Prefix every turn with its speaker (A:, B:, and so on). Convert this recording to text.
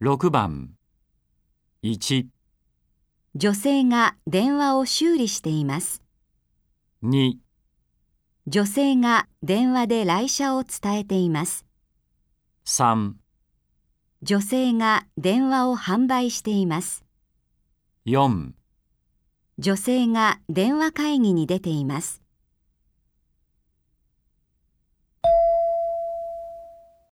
A: 6番1、
B: 女性が電話を修理しています。
A: 2、
B: 女性が電話で来社を伝えています。
A: 3、
B: 女性が電話を販売しています。
A: 4
B: 女性が電話会議に出ています。